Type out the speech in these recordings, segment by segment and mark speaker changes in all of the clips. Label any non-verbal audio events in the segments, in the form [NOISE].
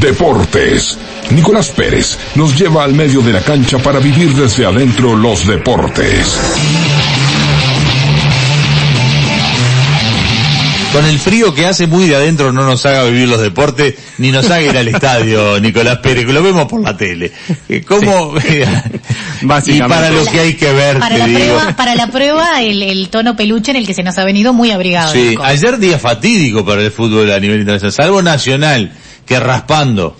Speaker 1: Deportes. Nicolás Pérez nos lleva al medio de la cancha para vivir desde adentro los deportes.
Speaker 2: Con el frío que hace muy de adentro no nos haga vivir los deportes, ni nos haga ir
Speaker 3: [LAUGHS]
Speaker 2: al estadio, Nicolás Pérez, que lo vemos por la tele. Eh, ¿Cómo? [LAUGHS] y
Speaker 3: Básicamente.
Speaker 2: para lo que hay que ver,
Speaker 4: Para
Speaker 2: te
Speaker 4: la
Speaker 2: digo.
Speaker 4: prueba, para la prueba el, el tono peluche en el que se nos ha venido muy abrigado.
Speaker 2: Sí,
Speaker 4: Nico.
Speaker 2: ayer día fatídico para el fútbol a nivel internacional, salvo Nacional, que raspando,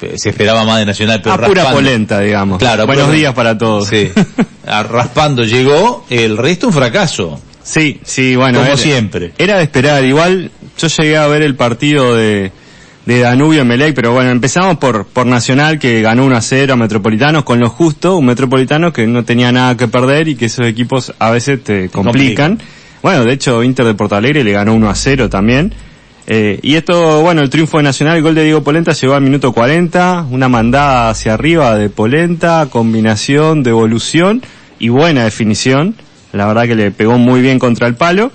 Speaker 2: eh, se esperaba más de Nacional, pero
Speaker 3: A pura
Speaker 2: raspando.
Speaker 3: polenta, digamos.
Speaker 2: Claro,
Speaker 3: Buenos
Speaker 2: pero-
Speaker 3: días para todos.
Speaker 2: Sí, a- raspando llegó, el resto un fracaso.
Speaker 3: [LAUGHS] Sí, sí, bueno.
Speaker 2: Como
Speaker 3: era-
Speaker 2: siempre.
Speaker 3: Era de esperar. Igual yo llegué a ver el partido de, de Danubio en Melec, pero bueno, empezamos por, por Nacional, que ganó 1 a 0 a Metropolitanos con lo justo, un Metropolitano que no tenía nada que perder y que esos equipos a veces te complican. Bueno, de hecho Inter de Porto Alegre le ganó 1 a 0 también. Eh, y esto, bueno, el triunfo de Nacional, el gol de Diego Polenta llegó al minuto 40, una mandada hacia arriba de Polenta, combinación, devolución y buena definición. La verdad que le pegó muy bien contra el palo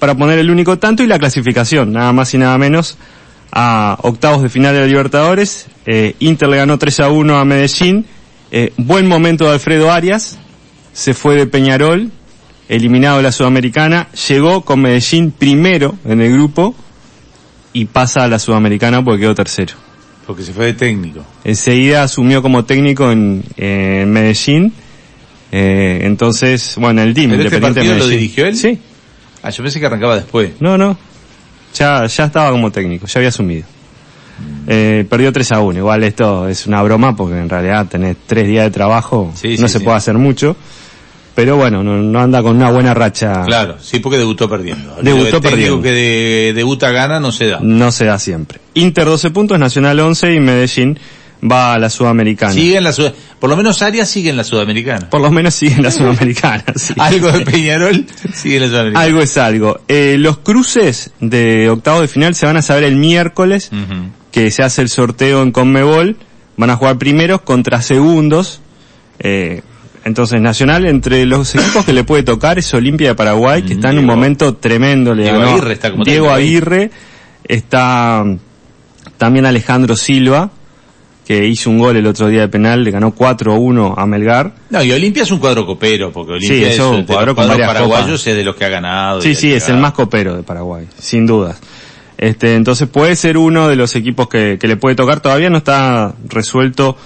Speaker 3: para poner el único tanto y la clasificación, nada más y nada menos, a octavos de final de la Libertadores. Eh, Inter le ganó 3 a 1 a Medellín. Eh, buen momento de Alfredo Arias, se fue de Peñarol, eliminado de la Sudamericana, llegó con Medellín primero en el grupo y pasa a la Sudamericana porque quedó tercero.
Speaker 2: Porque se fue de técnico.
Speaker 3: Enseguida asumió como técnico en, eh, en Medellín. Eh, entonces, bueno, el DIM,
Speaker 2: ¿Pero este
Speaker 3: Independiente de
Speaker 2: partido lo
Speaker 3: Medellín.
Speaker 2: dirigió él?
Speaker 3: Sí,
Speaker 2: Ah, yo pensé que arrancaba después.
Speaker 3: no, no. Ya, ya estaba como técnico, ya había asumido. Eh, perdió 3 a 1. Igual esto es una broma porque en realidad tenés tres días de trabajo,
Speaker 2: Sí,
Speaker 3: no
Speaker 2: sí,
Speaker 3: se
Speaker 2: sí.
Speaker 3: puede hacer mucho. Pero bueno, no, no anda con una buena racha.
Speaker 2: Claro, sí, porque debutó perdiendo.
Speaker 3: Ah. Debutó
Speaker 2: Lo de técnico
Speaker 3: perdiendo.
Speaker 2: que de- debuta gana no se da.
Speaker 3: No se da siempre. Inter 12 puntos, Nacional 11 y Medellín va a la Sudamericana.
Speaker 2: Sigue en la Sud- por lo menos Arias sigue en la
Speaker 3: [LAUGHS]
Speaker 2: Sudamericana.
Speaker 3: Por lo menos sigue en la Sudamericana. sí.
Speaker 2: Algo de
Speaker 3: [LAUGHS]
Speaker 2: Peñarol sigue en la Sudamericana.
Speaker 3: Algo es algo. Eh, los cruces de octavo de final se van a saber el miércoles,
Speaker 2: Ujú.
Speaker 3: que se hace el sorteo en Conmebol. Van a jugar primeros contra segundos. Eh, entonces Nacional, entre los equipos que le puede tocar es Olimpia de Paraguay, que está en un
Speaker 2: Mm, Diego-
Speaker 3: momento tremendo. Le
Speaker 2: Diego
Speaker 3: ganó
Speaker 2: Aguirre está como
Speaker 3: Diego
Speaker 2: técnico ahí.
Speaker 3: Aguirre, está mm, también Alejandro Silva, que hizo un gol el otro día de penal, le ganó 4-1 a Melgar.
Speaker 2: No, y Olimpia es un cuadro copero, porque Olimpia
Speaker 3: Sí,
Speaker 2: es
Speaker 3: eso, un
Speaker 2: de los
Speaker 3: cuadro con
Speaker 2: cuadros
Speaker 3: varias
Speaker 2: paraguayos
Speaker 3: copas.
Speaker 2: es de los que ha ganado. y este
Speaker 3: Sí,
Speaker 2: ha
Speaker 3: sí, es el
Speaker 2: llegado.
Speaker 3: más copero de Paraguay, sin dudas. Este, entonces puede ser uno de los equipos que, que le puede tocar. Todavía no está resuelto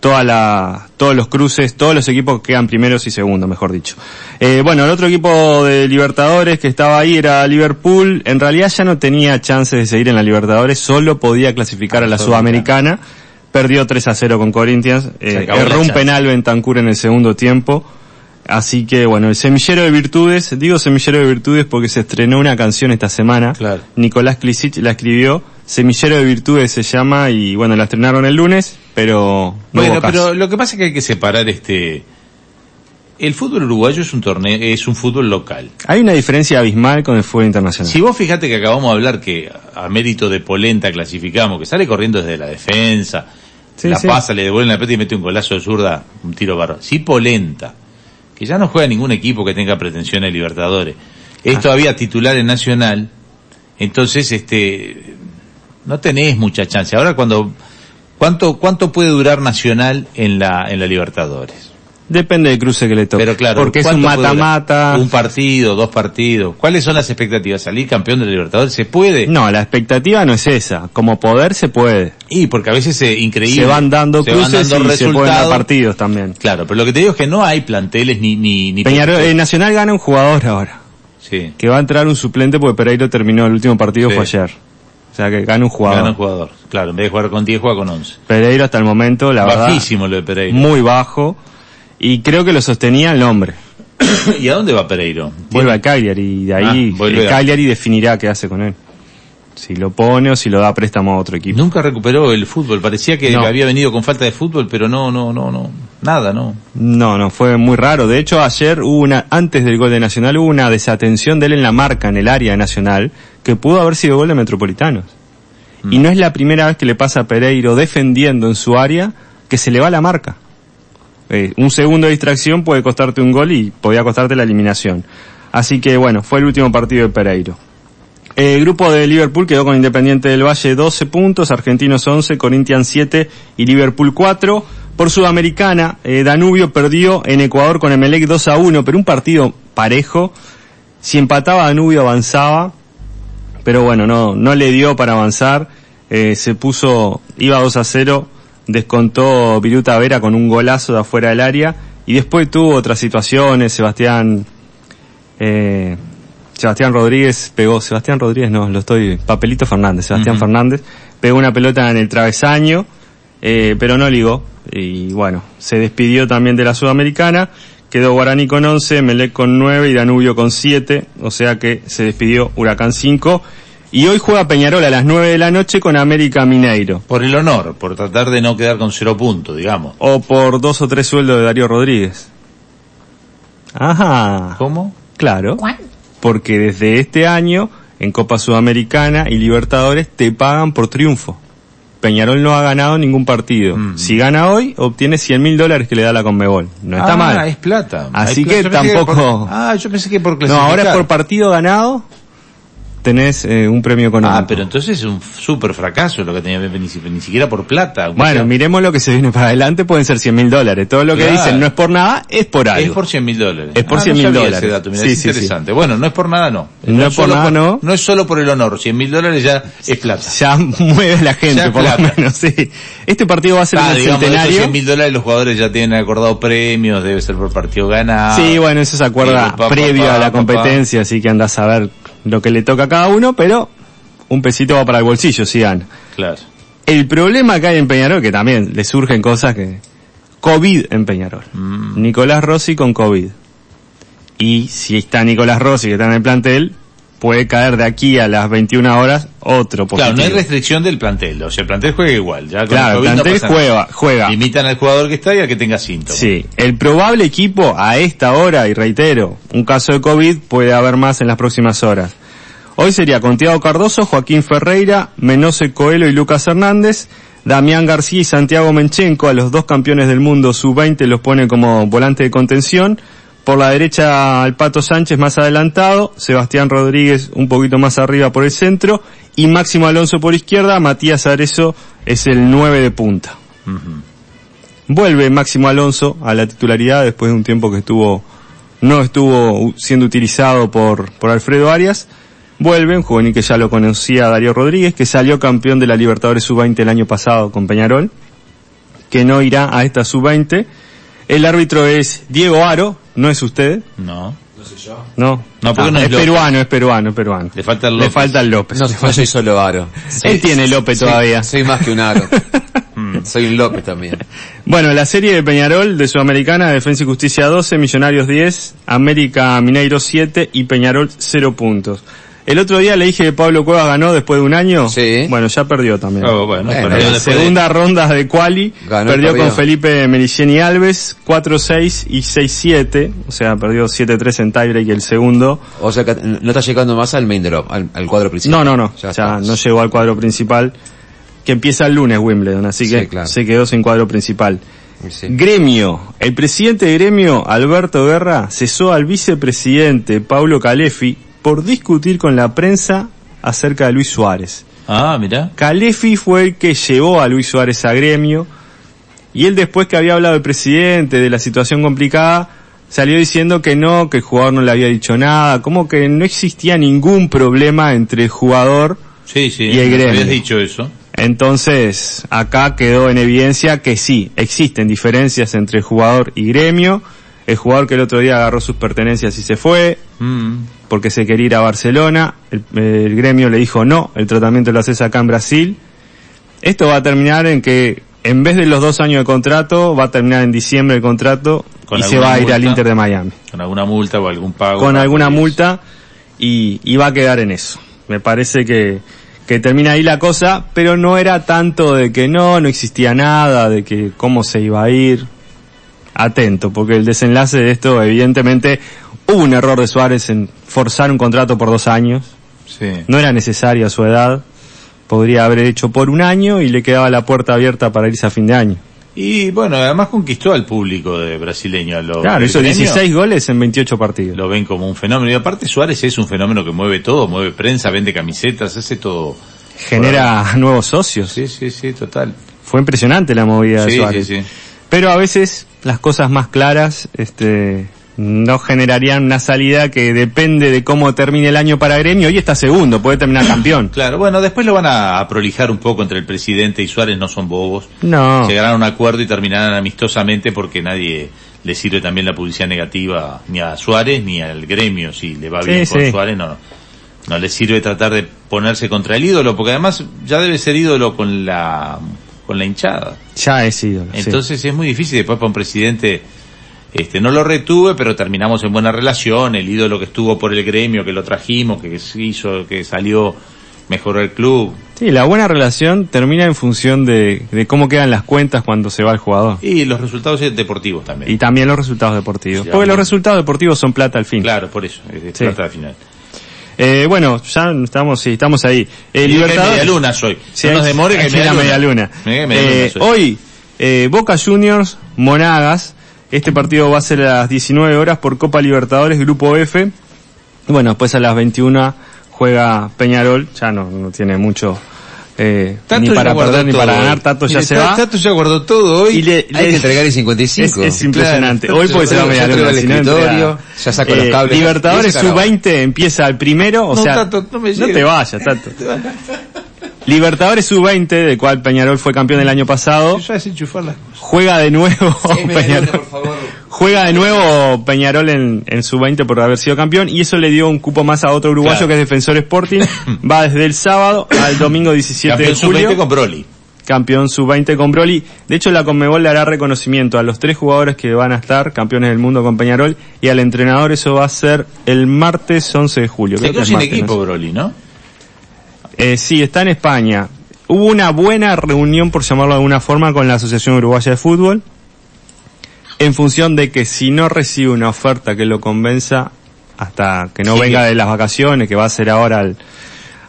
Speaker 3: toda la, todos los cruces, todos los equipos que quedan primeros y segundos, mejor dicho. Eh, bueno, el otro equipo de Libertadores que estaba ahí era Liverpool. En realidad ya no tenía chances de seguir en la Libertadores, solo podía clasificar a la Sudamericana. Perdió 3 a 0 con Corinthians. Eh,
Speaker 2: acabó la
Speaker 3: erró un
Speaker 2: chance.
Speaker 3: penal Bentancur en el segundo tiempo. Así que bueno, el semillero de virtudes, digo semillero de virtudes porque se estrenó una canción esta semana.
Speaker 2: Claro.
Speaker 3: Nicolás Klisic la escribió, Semillero de Virtudes se llama y bueno, la estrenaron el lunes, pero no
Speaker 2: Bueno,
Speaker 3: hubo caso.
Speaker 2: pero lo que pasa es que hay que separar este... El fútbol uruguayo es un torneo, es un fútbol local.
Speaker 3: Hay una diferencia abismal con el fútbol internacional.
Speaker 2: Si vos fijate que acabamos de hablar que a mérito de Polenta clasificamos, que sale corriendo desde la defensa,
Speaker 3: Sí,
Speaker 2: la
Speaker 3: sí.
Speaker 2: pasa, le devuelven la pelota y mete un golazo de zurda, un tiro barro. Si Polenta, que ya no juega ningún equipo que tenga pretensiones de Libertadores,
Speaker 3: Ah.
Speaker 2: es todavía titular en Nacional, entonces este no tenés mucha chance. Ahora cuando cuánto cuánto puede durar Nacional en la en la Libertadores.
Speaker 3: Depende del cruce que le toque.
Speaker 2: Pero claro,
Speaker 3: porque es un
Speaker 2: ¿cuánto puede durar?
Speaker 3: mata-mata.
Speaker 2: Un partido, dos partidos. ¿Cuáles son las expectativas? ¿Salir campeón de la Libertadores? ¿Se puede?
Speaker 3: No, la expectativa no es esa. Como poder se puede.
Speaker 2: Y porque a veces es increíble.
Speaker 3: Se van dando
Speaker 2: se van
Speaker 3: cruces
Speaker 2: dando
Speaker 3: y se pueden dar
Speaker 2: resultados.
Speaker 3: partidos también.
Speaker 2: Claro, pero lo que te digo es que no hay planteles ni... ni, ni
Speaker 3: Peñarol, eh, Nacional gana un jugador ahora.
Speaker 2: Sí,
Speaker 3: que va a entrar un suplente porque Pereiro terminó el último partido
Speaker 2: Sí.
Speaker 3: fue ayer. O sea que gana un jugador.
Speaker 2: gana un jugador. Claro, en vez de jugar con 10, juega con 11.
Speaker 3: Pereiro hasta el momento, la
Speaker 2: Bajísimo lo de
Speaker 3: verdad,
Speaker 2: Pereiro.
Speaker 3: muy bajo. Y creo que lo sostenía el nombre.
Speaker 2: [LAUGHS] ¿Y a dónde va Pereiro?
Speaker 3: Vuelve a Cagliari y de ahí
Speaker 2: Ah, vuelve
Speaker 3: el
Speaker 2: a-
Speaker 3: Cagliari definirá qué hace con él. Si lo pone o si lo da a préstamo a otro equipo.
Speaker 2: Nunca recuperó el fútbol. Parecía que
Speaker 3: No.
Speaker 2: había venido con falta de fútbol, pero no, no, no, no. Nada, no.
Speaker 3: No, no, fue muy raro. De hecho, ayer hubo una, antes del gol de Nacional, hubo una desatención de él en la marca, en el área de Nacional, que pudo haber sido gol de Metropolitanos. Y no es la primera vez que le pasa a Pereiro defendiendo en su área que se le va la marca. Eh, un segundo de distracción puede costarte un gol y podía costarte la eliminación. Así que bueno, fue el último partido de Pereiro. El grupo de Liverpool quedó con Independiente del Valle 12 puntos, Argentinos 11, Corinthians 7 y Liverpool 4. Por Sudamericana, eh, Danubio perdió en Ecuador con Emelec 2 a 1, pero un partido parejo. Si empataba Danubio avanzaba, pero bueno, no, no le dio para avanzar. Eh, se puso, iba 2 a 0, descontó Viruta Vera con un golazo de afuera del área y después tuvo otras situaciones, Sebastián, eh, Sebastián Rodríguez pegó, Sebastián Rodríguez no, lo estoy, Papelito Fernández, Sebastián
Speaker 2: Ujú.
Speaker 3: Fernández pegó una pelota en el travesaño, eh, pero no ligó y bueno, se despidió también de la Sudamericana, quedó Guaraní con 11, Melec con 9 y Danubio con 7, o sea que se despidió Huracán 5 y hoy juega Peñarol a las 9 de la noche con América Mineiro.
Speaker 2: Por el honor, por tratar de no quedar con cero puntos, digamos.
Speaker 3: O por dos o tres sueldos de Darío Rodríguez. Ajá.
Speaker 2: ¿Cómo?
Speaker 3: Claro.
Speaker 4: ¿Cuál?
Speaker 3: Porque desde este año, en Copa Sudamericana y Libertadores, te pagan por triunfo. Peñarol no ha ganado ningún partido.
Speaker 2: Mm.
Speaker 3: Si gana hoy, obtiene 100 mil dólares que le da la Conmebol. No está
Speaker 2: Ah,
Speaker 3: mal.
Speaker 2: es plata.
Speaker 3: Así
Speaker 2: Hay plata.
Speaker 3: que
Speaker 2: Yo pensé por-
Speaker 3: tampoco-
Speaker 2: ah, yo pensé que por
Speaker 3: No,
Speaker 2: clasificar.
Speaker 3: ahora es por partido ganado, tenés eh, un premio económico.
Speaker 2: Ah, pero entonces es un super fracaso lo que tenía que ni, si- ni siquiera por plata. aunque
Speaker 3: Bueno,
Speaker 2: sea-
Speaker 3: miremos lo que se viene para adelante, pueden ser 100 mil dólares. Todo lo que
Speaker 2: Claro.
Speaker 3: dicen no es por nada, es por algo.
Speaker 2: Es por 100 mil dólares.
Speaker 3: Es por
Speaker 2: Ah,
Speaker 3: 100.000
Speaker 2: no sabía
Speaker 3: dólares.
Speaker 2: Ese dato, mirá,
Speaker 3: Sí,
Speaker 2: es
Speaker 3: sí,
Speaker 2: interesante. Bueno, no es por nada, no.
Speaker 3: No es por
Speaker 2: solo
Speaker 3: nada, no.
Speaker 2: No es solo por el honor. 100 mil dólares ya es plata.
Speaker 3: ya [LAUGHS] mueve a la gente,
Speaker 2: Ya,
Speaker 3: por
Speaker 2: claro.
Speaker 3: lo menos, sí. Este partido va a ser
Speaker 2: Ah,
Speaker 3: en el
Speaker 2: digamos, de esos
Speaker 3: centenario.
Speaker 2: 100 mil dólares los jugadores ya tienen acordado premios, debe ser por partido ganado.
Speaker 3: Sí, bueno, eso se acuerda
Speaker 2: Ah, Sí, papá,
Speaker 3: previo
Speaker 2: papá,
Speaker 3: a la
Speaker 2: papá.
Speaker 3: competencia, así que anda a saber lo que le toca a cada uno, pero un pesito va para el bolsillo, si gana.
Speaker 2: Claro.
Speaker 3: El problema que hay en Peñarol, que también le surgen cosas que... COVID en Peñarol.
Speaker 2: Mm.
Speaker 3: Nicolás Rossi con COVID. Y si está Nicolás Rossi, que está en el plantel, puede caer de aquí a las 21 horas otro positivo.
Speaker 2: Claro, no hay restricción del plantel. O sea, el plantel juega igual. Ya con
Speaker 3: Claro, el
Speaker 2: COVID no
Speaker 3: plantel
Speaker 2: pasa nada.
Speaker 3: juega, juega.
Speaker 2: Limitan al jugador que está y al que tenga síntomas.
Speaker 3: Sí, el probable equipo a esta hora, y reitero, un caso de COVID puede haber más en las próximas horas. Hoy sería con Tiago Cardoso, Joaquín Ferreira, Menose Coelho y Lucas Hernández, Damián García y Santiago Menchenko, a los dos campeones del mundo sub-20 los pone como volante de contención. Por la derecha al Pato Sánchez más adelantado, Sebastián Rodríguez un poquito más arriba por el centro y Máximo Alonso por izquierda, Matías Arezo es el 9 de punta. Vuelve Máximo Alonso a la titularidad después de un tiempo que estuvo no estuvo u- siendo utilizado por, por Alfredo Arias. Vuelve un juvenil que ya lo conocía Darío Rodríguez, que salió campeón de la Libertadores Sub-20 el año pasado con Peñarol, que no irá a esta Sub-20. El árbitro es Diego Aro, no es usted,
Speaker 2: No.
Speaker 3: no. Ah,
Speaker 2: No, porque no es
Speaker 3: es
Speaker 2: López.
Speaker 3: peruano, es peruano, es peruano.
Speaker 2: Le falta el
Speaker 3: Le
Speaker 2: López.
Speaker 3: falta el López.
Speaker 5: No, no soy solo aro.
Speaker 3: Él tiene López
Speaker 5: Soy-
Speaker 3: todavía.
Speaker 5: Soy, más que
Speaker 3: [LAUGHS]
Speaker 5: un aro. Mm, soy un López también.
Speaker 3: Bueno, la serie de Peñarol de Sudamericana, Defensa y Justicia 12, Millonarios 10, América Mineiro 7 y Peñarol 0 puntos. El otro día le dije que Pablo Cuevas ganó después de un año.
Speaker 5: Sí.
Speaker 3: Bueno, ya perdió también.
Speaker 2: Ah, bueno,
Speaker 5: Bueno,
Speaker 2: pero
Speaker 5: la
Speaker 2: después
Speaker 3: En
Speaker 2: de-
Speaker 3: segunda ronda de quali,
Speaker 5: Ganó
Speaker 3: perdió
Speaker 5: el
Speaker 3: con
Speaker 5: pabellón.
Speaker 3: Felipe Merilleni Alves 4-6 y 6-7, o sea, perdió 7-3 en tiebreak el segundo.
Speaker 5: O sea que no está llegando más al main drop, al, al cuadro
Speaker 3: No,
Speaker 5: principal.
Speaker 3: no, no. Ya,
Speaker 5: está.
Speaker 3: no llegó al cuadro principal, que empieza el lunes Wimbledon, así
Speaker 5: Sí,
Speaker 3: que
Speaker 5: claro.
Speaker 3: se quedó sin cuadro principal.
Speaker 5: Sí.
Speaker 3: Gremio. El presidente de gremio, Alberto Guerra, cesó al vicepresidente Pablo Calefi por discutir con la prensa acerca de Luis Suárez.
Speaker 2: Ah, mirá.
Speaker 3: Calefi fue el que llevó a Luis Suárez a gremio y él después que había hablado el presidente de la situación complicada salió diciendo que no, que el jugador no le había dicho nada, como que no existía ningún problema entre el jugador
Speaker 2: Sí, sí.
Speaker 3: Y el gremio.
Speaker 2: Habías dicho eso.
Speaker 3: entonces, acá quedó en evidencia que sí, existen diferencias entre jugador y gremio. El jugador que el otro día agarró sus pertenencias y se fue,
Speaker 2: Mm.
Speaker 3: porque se quería ir a Barcelona, el, el gremio le dijo no, el tratamiento lo haces acá en Brasil. Esto va a terminar en que, en vez de los dos años de contrato, va a terminar en diciembre el contrato
Speaker 2: Con
Speaker 3: y se
Speaker 2: alguna
Speaker 3: va a ir al
Speaker 2: multa.
Speaker 3: Inter de Miami
Speaker 2: Con alguna multa o algún pago.
Speaker 3: con alguna multa y, y va a quedar en eso. Me parece que, que termina ahí la cosa, pero no era tanto de que no, no existía nada, de que cómo se iba a ir. Atento, porque el desenlace de esto, evidentemente, hubo un error de Suárez en forzar un contrato por dos años.
Speaker 2: Sí.
Speaker 3: No era necesario a su edad. Podría haber hecho por un año y le quedaba la puerta abierta para irse a fin de año.
Speaker 2: Y bueno, además conquistó al público de brasileño. a los
Speaker 3: Claro, hizo
Speaker 2: brasileños
Speaker 3: 16 goles en 28 partidos.
Speaker 2: Lo ven como un fenómeno. Y aparte Suárez es un fenómeno que mueve todo, mueve prensa, vende camisetas, hace todo.
Speaker 3: Genera nuevos socios.
Speaker 2: Sí, sí, sí, total.
Speaker 3: Fue impresionante la movida de
Speaker 2: Sí,
Speaker 3: Suárez.
Speaker 2: sí, sí.
Speaker 3: Pero a veces las cosas más claras este, no generarían una salida que depende de cómo termine el año para Gremio. Hoy está segundo, puede terminar campeón.
Speaker 2: Claro, bueno, después lo van a, a prolijar un poco entre el presidente y Suárez, no son bobos.
Speaker 3: No.
Speaker 2: Llegarán a un acuerdo y terminarán amistosamente porque nadie le sirve también la publicidad negativa ni a Suárez ni al gremio, si le va
Speaker 3: Sí,
Speaker 2: bien con
Speaker 3: sí.
Speaker 2: Suárez, no, no le sirve tratar de ponerse contra el ídolo, porque además ya debe ser ídolo con la, con la hinchada.
Speaker 3: Ya es ídolo. sí.
Speaker 2: Entonces es muy difícil después para un presidente, este, no lo retuve, pero terminamos en buena relación, el ídolo que estuvo por el gremio, que lo trajimos, que se hizo, que salió, mejoró el club.
Speaker 3: Sí, la buena relación termina en función de, de cómo quedan las cuentas cuando se va el jugador.
Speaker 2: Y los resultados deportivos también.
Speaker 3: Y también los resultados deportivos.
Speaker 2: Sí,
Speaker 3: Porque los
Speaker 2: también.
Speaker 3: resultados deportivos son plata al fin.
Speaker 2: Claro, por eso, es
Speaker 3: Sí.
Speaker 2: plata de final.
Speaker 3: Eh, bueno, ya estamos, sí, estamos ahí. Eh,
Speaker 2: Y
Speaker 3: Libertadores-
Speaker 2: media luna soy.
Speaker 3: Sí,
Speaker 2: no nos
Speaker 3: hay-
Speaker 2: demore que
Speaker 3: hay
Speaker 2: hay media,
Speaker 3: la media luna.
Speaker 2: Media- media luna
Speaker 3: Eh,
Speaker 2: soy.
Speaker 3: hoy, eh, Boca Juniors, Monagas. Este partido va a ser a las 19 horas por Copa Libertadores, Grupo F. Y Bueno, después a las 21 juega Peñarol. Ya no, no tiene mucho eh, ni
Speaker 2: ya
Speaker 3: para
Speaker 2: guardó
Speaker 3: perder ni
Speaker 2: todo
Speaker 3: para
Speaker 2: hoy.
Speaker 3: ganar. Tato ya
Speaker 2: Mire,
Speaker 3: se
Speaker 2: Ta-
Speaker 3: va.
Speaker 2: Tato ya guardó todo hoy.
Speaker 3: Y le-
Speaker 5: Hay
Speaker 3: le-
Speaker 5: que entregar el 55.
Speaker 3: es, es impresionante. Hoy puede ser la
Speaker 5: Yo
Speaker 3: media
Speaker 5: traigo
Speaker 3: luna,
Speaker 5: el
Speaker 3: si no entra-
Speaker 5: escritorio, ya saco los cables.
Speaker 3: Eh, Libertadores
Speaker 5: Y eso acabó.
Speaker 3: sub-20 empieza el primero, o
Speaker 2: No,
Speaker 3: sea,
Speaker 2: Tato, no me llegues.
Speaker 3: te vayas, Tato. Libertadores sub-20, del cual Peñarol fue campeón el año pasado,
Speaker 2: Ya es enchufar las cosas.
Speaker 3: juega de nuevo
Speaker 5: Sí,
Speaker 3: [LAUGHS]
Speaker 5: media luna,
Speaker 3: Peñarol.
Speaker 5: por favor.
Speaker 3: Juega de nuevo Peñarol en, en sub-20 por haber sido campeón y eso le dio un cupo más a otro uruguayo
Speaker 2: Claro.
Speaker 3: que es Defensor
Speaker 5: [COUGHS]
Speaker 3: Sporting. Va desde el sábado al domingo 17
Speaker 2: Campeón
Speaker 3: de julio
Speaker 2: sub-20 con Broly.
Speaker 3: campeón sub-20 con Broly. De hecho, la Conmebol le hará reconocimiento a los tres jugadores que van a estar campeones del mundo con Peñarol y al entrenador. Eso va a ser el martes 11 de julio.
Speaker 2: Se
Speaker 3: Creo que
Speaker 2: quedó
Speaker 3: es
Speaker 2: sin
Speaker 3: martes,
Speaker 2: equipo
Speaker 3: no sé.
Speaker 2: Broly, ¿no?
Speaker 3: Eh, sí, está en España. Hubo una buena reunión, por llamarlo de alguna forma, con la Asociación Uruguaya de Fútbol en función de que si no recibe una oferta que lo convenza hasta que no
Speaker 2: Sí.
Speaker 3: venga de las vacaciones, que va a ser ahora al-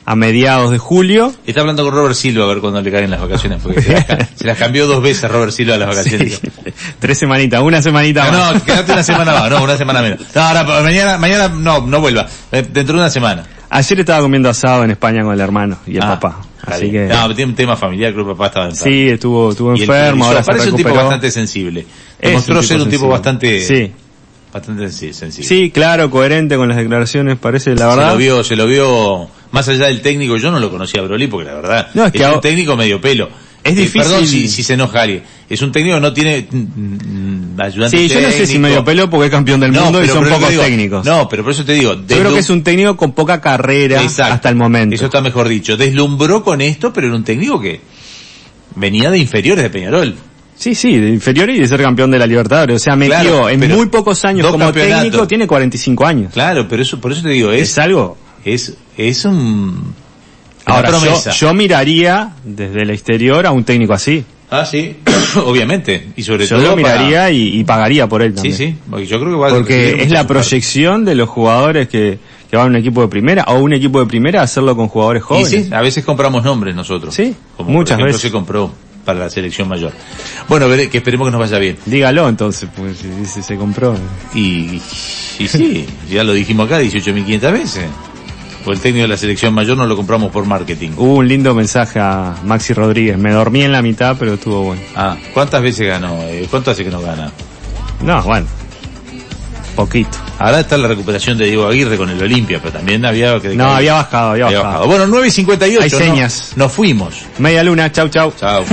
Speaker 3: a mediados de julio,
Speaker 2: Está hablando con Robert Silva a ver cuando le caen las vacaciones, porque se las,
Speaker 3: [LAUGHS]
Speaker 2: ca- se las cambió dos veces Robert Silva a las vacaciones.
Speaker 3: Sí. [LAUGHS] tres semanitas, una semanita más.
Speaker 2: No, no, quédate una semana más, no, una semana menos. No, ahora, pa- mañana, mañana no, no vuelva. Eh, Dentro de una semana.
Speaker 3: Ayer estaba comiendo asado en España con el hermano y el
Speaker 2: Ah,
Speaker 3: papá.
Speaker 2: está
Speaker 3: Así que
Speaker 2: bien. No, tiene un tema familiar, creo que el papá estaba enfermo.
Speaker 3: sí, estuvo, estuvo
Speaker 2: Y el
Speaker 3: enfermo,
Speaker 2: televisor,
Speaker 3: ahora se
Speaker 2: Parece un tipo
Speaker 3: recuperó.
Speaker 2: bastante sensible.
Speaker 3: Es
Speaker 2: Demostró ser un tipo
Speaker 3: sensible.
Speaker 2: bastante,
Speaker 3: Sí.
Speaker 2: bastante sensi- sensible.
Speaker 3: Sí, claro, coherente con las declaraciones, parece la
Speaker 2: Se
Speaker 3: verdad.
Speaker 2: lo vio, se lo vio, más allá del técnico, yo no lo conocía a Broly porque la verdad,
Speaker 3: No, es que ahora-
Speaker 2: un técnico medio pelo. Eh,
Speaker 3: Es difícil-
Speaker 2: perdón si, si se enoja alguien. Es un técnico que no tiene mm, mm, ayudante
Speaker 3: Sí, yo no sé si
Speaker 2: técnico.
Speaker 3: medio pelo porque es campeón del
Speaker 2: No,
Speaker 3: mundo y
Speaker 2: pero
Speaker 3: son
Speaker 2: por eso
Speaker 3: pocos
Speaker 2: te digo-
Speaker 3: técnicos.
Speaker 2: No, pero por eso te digo.
Speaker 3: Yo creo que es un técnico con poca carrera
Speaker 2: Exacto.
Speaker 3: hasta el momento.
Speaker 2: Eso está mejor dicho. Deslumbró con esto, pero era un técnico que venía de inferiores de Peñarol.
Speaker 3: Sí, sí, de inferior y de ser campeón de la Libertadores. O sea, metió
Speaker 2: Claro,
Speaker 3: en
Speaker 2: pero
Speaker 3: muy pocos años
Speaker 2: dos
Speaker 3: como
Speaker 2: campeonatos.
Speaker 3: técnico, tiene 45 años.
Speaker 2: Claro, pero eso, por eso te digo,
Speaker 3: Es
Speaker 2: es,
Speaker 3: algo
Speaker 2: es, es un, una
Speaker 3: Ahora, yo,
Speaker 2: promesa.
Speaker 3: yo miraría desde el exterior a un técnico así.
Speaker 2: Ah, sí, [COUGHS] obviamente. Y sobre
Speaker 3: Yo
Speaker 2: todo
Speaker 3: lo
Speaker 2: para-
Speaker 3: miraría y, y pagaría por él
Speaker 2: Sí,
Speaker 3: también.
Speaker 2: sí, porque yo creo que va a recibir
Speaker 3: Porque es la
Speaker 2: muchas ofertas.
Speaker 3: proyección de los jugadores que, que van a un equipo de primera o un equipo de primera hacerlo con jugadores
Speaker 2: Y
Speaker 3: jóvenes.
Speaker 2: sí, a veces compramos nombres nosotros.
Speaker 3: Sí,
Speaker 2: Como
Speaker 3: muchas
Speaker 2: por ejemplo
Speaker 3: veces.
Speaker 2: se compró para la selección mayor. Bueno, veré, que esperemos que nos vaya bien.
Speaker 3: Dígalo entonces, pues si dice, se compró.
Speaker 2: Y, y
Speaker 3: [LAUGHS]
Speaker 2: sí, ya lo dijimos acá 18.500 veces. Por el técnico de la selección mayor no lo compramos por marketing. Uh,
Speaker 3: Hubo un lindo mensaje a Maxi Rodríguez. Me dormí en la mitad, pero estuvo bueno.
Speaker 2: Ah, ¿cuántas veces ganó? Eh, ¿Cuánto hace que no gana?
Speaker 3: No, bueno. Poquito.
Speaker 2: Ahora está la recuperación de Diego Aguirre con el Olimpia, pero también había que...
Speaker 3: No, había bajado, había
Speaker 2: había
Speaker 3: bajado.
Speaker 2: bajado. Bueno, 9.58.
Speaker 3: Hay
Speaker 2: ¿no?
Speaker 3: señas.
Speaker 2: Nos fuimos.
Speaker 3: [LAUGHS] Media luna, chau chau.
Speaker 2: Chao.